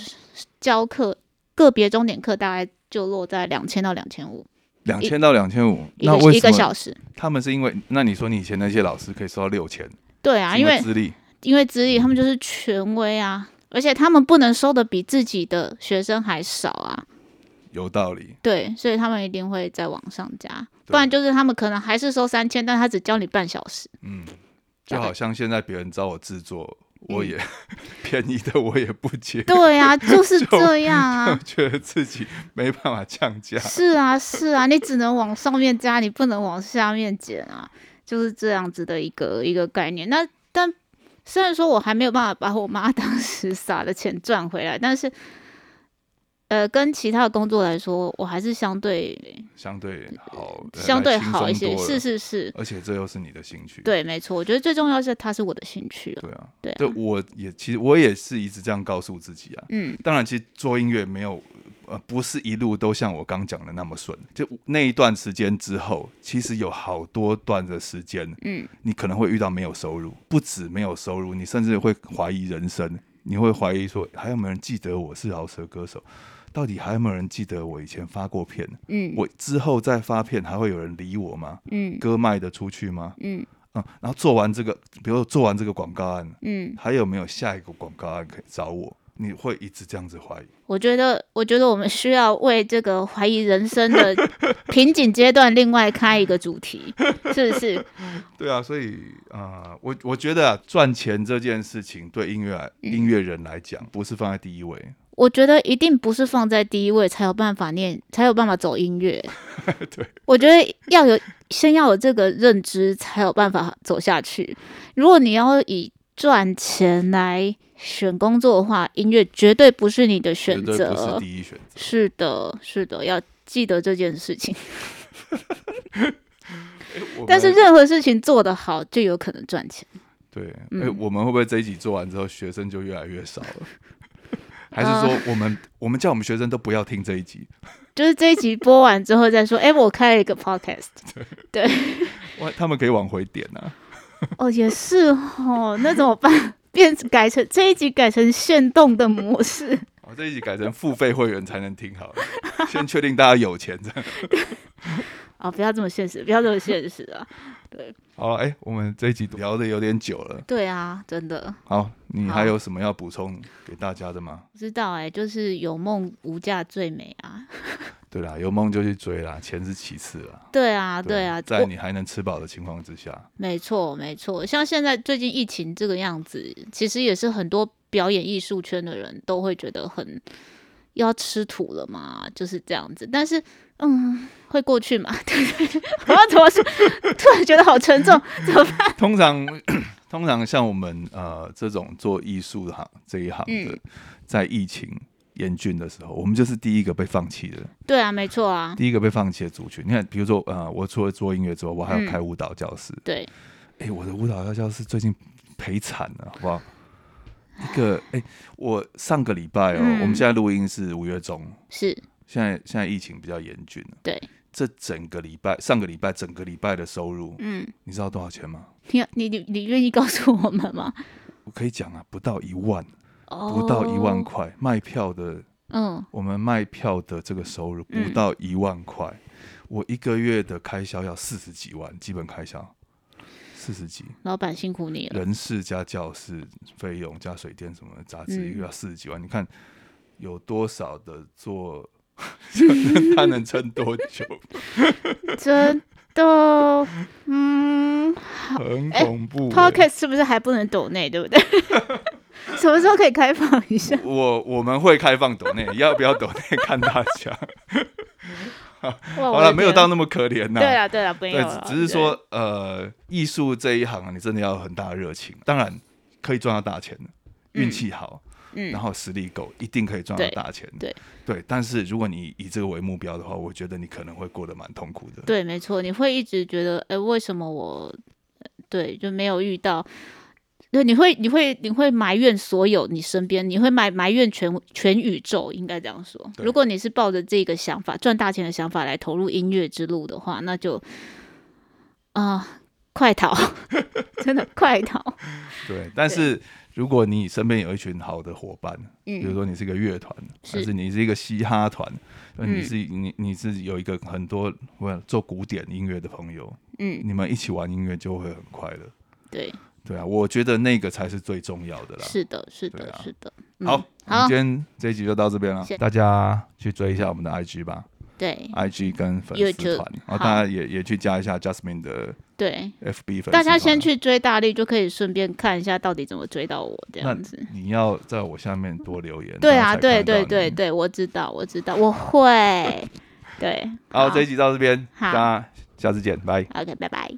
Speaker 2: 教课，个别钟点课大概就落在两千到两千五，
Speaker 1: 两千到两千五，
Speaker 2: 一
Speaker 1: 那
Speaker 2: 个
Speaker 1: 为
Speaker 2: 一
Speaker 1: 什
Speaker 2: 个
Speaker 1: 么
Speaker 2: 小时。
Speaker 1: 他们是因为？那你说你以前那些老师可以收到六千
Speaker 2: 对啊，因为
Speaker 1: 资历，
Speaker 2: 因为资历，他们就是权威啊，而且他们不能收的比自己的学生还少啊，
Speaker 1: 有道理。
Speaker 2: 对，所以他们一定会再往上加，
Speaker 1: 对
Speaker 2: 不然就是他们可能还是收三千，但他只教你半小时，
Speaker 1: 嗯，
Speaker 2: 大
Speaker 1: 就
Speaker 2: 概
Speaker 1: 好像现在别人找我制作，我
Speaker 2: 嗯
Speaker 1: 也 <laughs> 便宜的我也不接，
Speaker 2: 对啊，就是
Speaker 1: <laughs> 就，
Speaker 2: 这样啊
Speaker 1: 觉得自己没办法降 <laughs> 价。
Speaker 2: 是啊是啊，你只能往上面加，你不能往下面减啊，就是这样子的一个一个概念。那但虽然说我还没有办法把我妈当时撒的钱赚回来，但是。呃，跟其他的工作来说，我还是相对
Speaker 1: 相对好，呃
Speaker 2: 相对
Speaker 1: 轻
Speaker 2: 好一
Speaker 1: 松
Speaker 2: 些，
Speaker 1: 多
Speaker 2: 是
Speaker 1: 了
Speaker 2: 是是，
Speaker 1: 而且这又是你的兴趣。
Speaker 2: 对，没错，我觉得最重要是它是我的兴趣了，
Speaker 1: 对啊，
Speaker 2: 对啊
Speaker 1: 这我也其实我也是一直这样告诉自己啊。
Speaker 2: 嗯，
Speaker 1: 当然，其实做音乐没有呃，不是一路都像我刚讲的那么顺。就那一段时间之后，其实有好多段的时间，
Speaker 2: 嗯，
Speaker 1: 你可能会遇到没有收入，不止没有收入，你甚至会怀疑人生，你会怀疑说，还有没有人记得我是饶舌歌手？到底还有没有人记得我以前发过片？
Speaker 2: 嗯
Speaker 1: 我之后再发片，还会有人理我吗？
Speaker 2: 嗯
Speaker 1: 歌卖得出去吗？
Speaker 2: 嗯
Speaker 1: 嗯，然后做完这个，比如说做完这个广告案，
Speaker 2: 嗯，
Speaker 1: 还有没有下一个广告案可以找我？你会一直这样子怀疑？
Speaker 2: 我觉得我觉得我们需要为这个怀疑人生的瓶颈阶段另外开一个主题，是不是？
Speaker 1: 对啊，所以啊、呃我我觉得啊，赚钱这件事情对音乐来音乐人来讲，不是放在第一位。
Speaker 2: 我觉得一定不是放在第一位才有办法念，才有办法走音乐。
Speaker 1: <laughs> 对，
Speaker 2: 我觉得要有先要有这个认知，才有办法走下去。如果你要以赚钱来选工作的话，音乐绝对不是你的选
Speaker 1: 绝对不是
Speaker 2: 择。
Speaker 1: 第一选择。
Speaker 2: 是的，是的，要记得这件事情。
Speaker 1: 我
Speaker 2: 但是
Speaker 1: 们
Speaker 2: 任何事情做得好，就有可能赚钱。
Speaker 1: 对，哎、
Speaker 2: 嗯
Speaker 1: 我们会不会这一集做完之后，学生就越来越少了？
Speaker 2: <laughs>
Speaker 1: 还是说我
Speaker 2: 啊
Speaker 1: 们、我们叫我们学生都不要听这一集？
Speaker 2: 就是这一集播完之后再说，哎、我开了一个 podcast。
Speaker 1: 哇，他们可以往回点啊！
Speaker 2: 哦，也是哦，那怎么办？ <laughs> 变改成这一集改成限动的模式，
Speaker 1: 我哦这一集改成付费会员才能听好了，先确定大家有钱这样。
Speaker 2: 啊、不要这么现实，不要这么现实啊！
Speaker 1: 好了，哎、我们这一集聊的有点久了。
Speaker 2: <laughs> 对啊，真的
Speaker 1: 好，你
Speaker 2: 好
Speaker 1: 还有什么要补充给大家的吗？
Speaker 2: 不知道哎、就是有梦无价最美啊！
Speaker 1: 对啦，有梦就去追啦，钱是其次啦。
Speaker 2: 对啊，对啊，
Speaker 1: 在
Speaker 2: 我
Speaker 1: 你还能吃饱的情况之下，
Speaker 2: 没错没错。像现在最近疫情这个样子，其实也是很多表演艺术圈的人都会觉得很要吃土了嘛，就是这样子。但是嗯，会过去嘛？ <laughs> 对对对，我要怎么说？ <laughs> 突然觉得好沉重， <laughs> 怎么
Speaker 1: <laughs>
Speaker 2: 办？
Speaker 1: 通常 <coughs> 通常像我们呃这种做艺术行这一行的，
Speaker 2: 嗯
Speaker 1: 在疫情严峻的时候，我们就是第一个被放弃的，
Speaker 2: 对啊，没错啊，
Speaker 1: 第一个被放弃的族群。你看，比如说呃，我除了做音乐之外，我还
Speaker 2: 嗯
Speaker 1: 要开舞蹈教室。
Speaker 2: 对，
Speaker 1: 哎、我的舞蹈教室最近赔惨了，好不好？一个哎、我上个礼拜哦，
Speaker 2: 嗯
Speaker 1: 我们现在录音是五月中，
Speaker 2: 是，
Speaker 1: 现在现在疫情比较严峻了，
Speaker 2: 对，
Speaker 1: 这整个礼拜上个礼拜整个礼拜的收入，
Speaker 2: 嗯，
Speaker 1: 你知道多少钱吗？
Speaker 2: 你你你你愿意告诉我们吗？
Speaker 1: 我可以讲啊，不到一万，
Speaker 2: 哦，
Speaker 1: 不到一万，块，卖票的
Speaker 2: 嗯，
Speaker 1: 我们卖票的这个收入
Speaker 2: 嗯
Speaker 1: 不到一万块，我一个月的开销要四十几万，基本开销四十几，
Speaker 2: 老板辛苦你了，
Speaker 1: 人事加教室费用加水电什么的杂志，
Speaker 2: 嗯
Speaker 1: 一个要四十几万，你看有多少的做， <laughs> 他能撑多
Speaker 2: <laughs>
Speaker 1: 久？
Speaker 2: 真的，嗯
Speaker 1: 很
Speaker 2: 哎
Speaker 1: 恐怖、欸。
Speaker 2: ，Pocket 是不是还不能抖内，对不 <laughs> 对？什么时候可以开放一下？
Speaker 1: 我我们会开放抖内，要不要抖内看大
Speaker 2: <laughs>
Speaker 1: 家？好
Speaker 2: 哇，哦我的
Speaker 1: 了，
Speaker 2: 天
Speaker 1: 没有到那么可怜呐、
Speaker 2: 对啊，对啊，不用
Speaker 1: 对
Speaker 2: 了，
Speaker 1: 只只是说呃，艺术这一行啊，你真的要有很大的热情，当然可以赚到大钱的，运气好。
Speaker 2: 嗯
Speaker 1: 然后实力够，一定可以赚到
Speaker 2: 对
Speaker 1: 大钱。
Speaker 2: 对
Speaker 1: 对，但是如果你以这个为目标的话，我觉得你可能会过得蛮痛苦的。
Speaker 2: 对，没错，你会一直觉得，哎、为什么我呃对就没有遇到？对，你会，你会，你会埋怨所有你身边，你会埋埋怨全全宇宙，应该这样说。
Speaker 1: 对
Speaker 2: 如果你是抱着这个想法，赚大钱的想法来投入音乐之路的话，那就啊、快逃！ <laughs> 真的快逃！
Speaker 1: 对，但是如果你身边有一群好的伙伴，<laughs>
Speaker 2: 嗯，
Speaker 1: 比如说你是一个乐团，
Speaker 2: 是
Speaker 1: 还是你是一个嘻哈团，呃
Speaker 2: 嗯
Speaker 1: 你是你你是有一个很多我做古典音乐的朋友，
Speaker 2: 嗯，
Speaker 1: 你们一起玩音乐就会很快乐。
Speaker 2: 对，
Speaker 1: 对啊，我觉得那个才是最重要的啦。
Speaker 2: 是的，是
Speaker 1: 对
Speaker 2: 的，
Speaker 1: 啊
Speaker 2: 是的。嗯
Speaker 1: 好，我
Speaker 2: 好
Speaker 1: 们今天这一集就到这边了
Speaker 2: 谢，
Speaker 1: 大家去追一下我们的 IG 吧
Speaker 2: 对
Speaker 1: ，IG 跟粉丝
Speaker 2: YouTube，
Speaker 1: 团，然后
Speaker 2: 好
Speaker 1: 大家也也去加一下 Jasmine 的
Speaker 2: 对，
Speaker 1: FB 粉丝团。
Speaker 2: 大家先。去追大力，就可以顺便看一下到底怎么追到我这
Speaker 1: 那
Speaker 2: 样子。
Speaker 1: 你要在我下面多留言。
Speaker 2: 对
Speaker 1: 大家
Speaker 2: 啊，
Speaker 1: 才
Speaker 2: 对
Speaker 1: 看到嗯
Speaker 2: 对
Speaker 1: 你
Speaker 2: 对。对，我知道，我知道，我会。对，
Speaker 1: <laughs> 好，这一集到这边，大
Speaker 2: 好
Speaker 1: 家下次见，拜。
Speaker 2: OK，拜拜。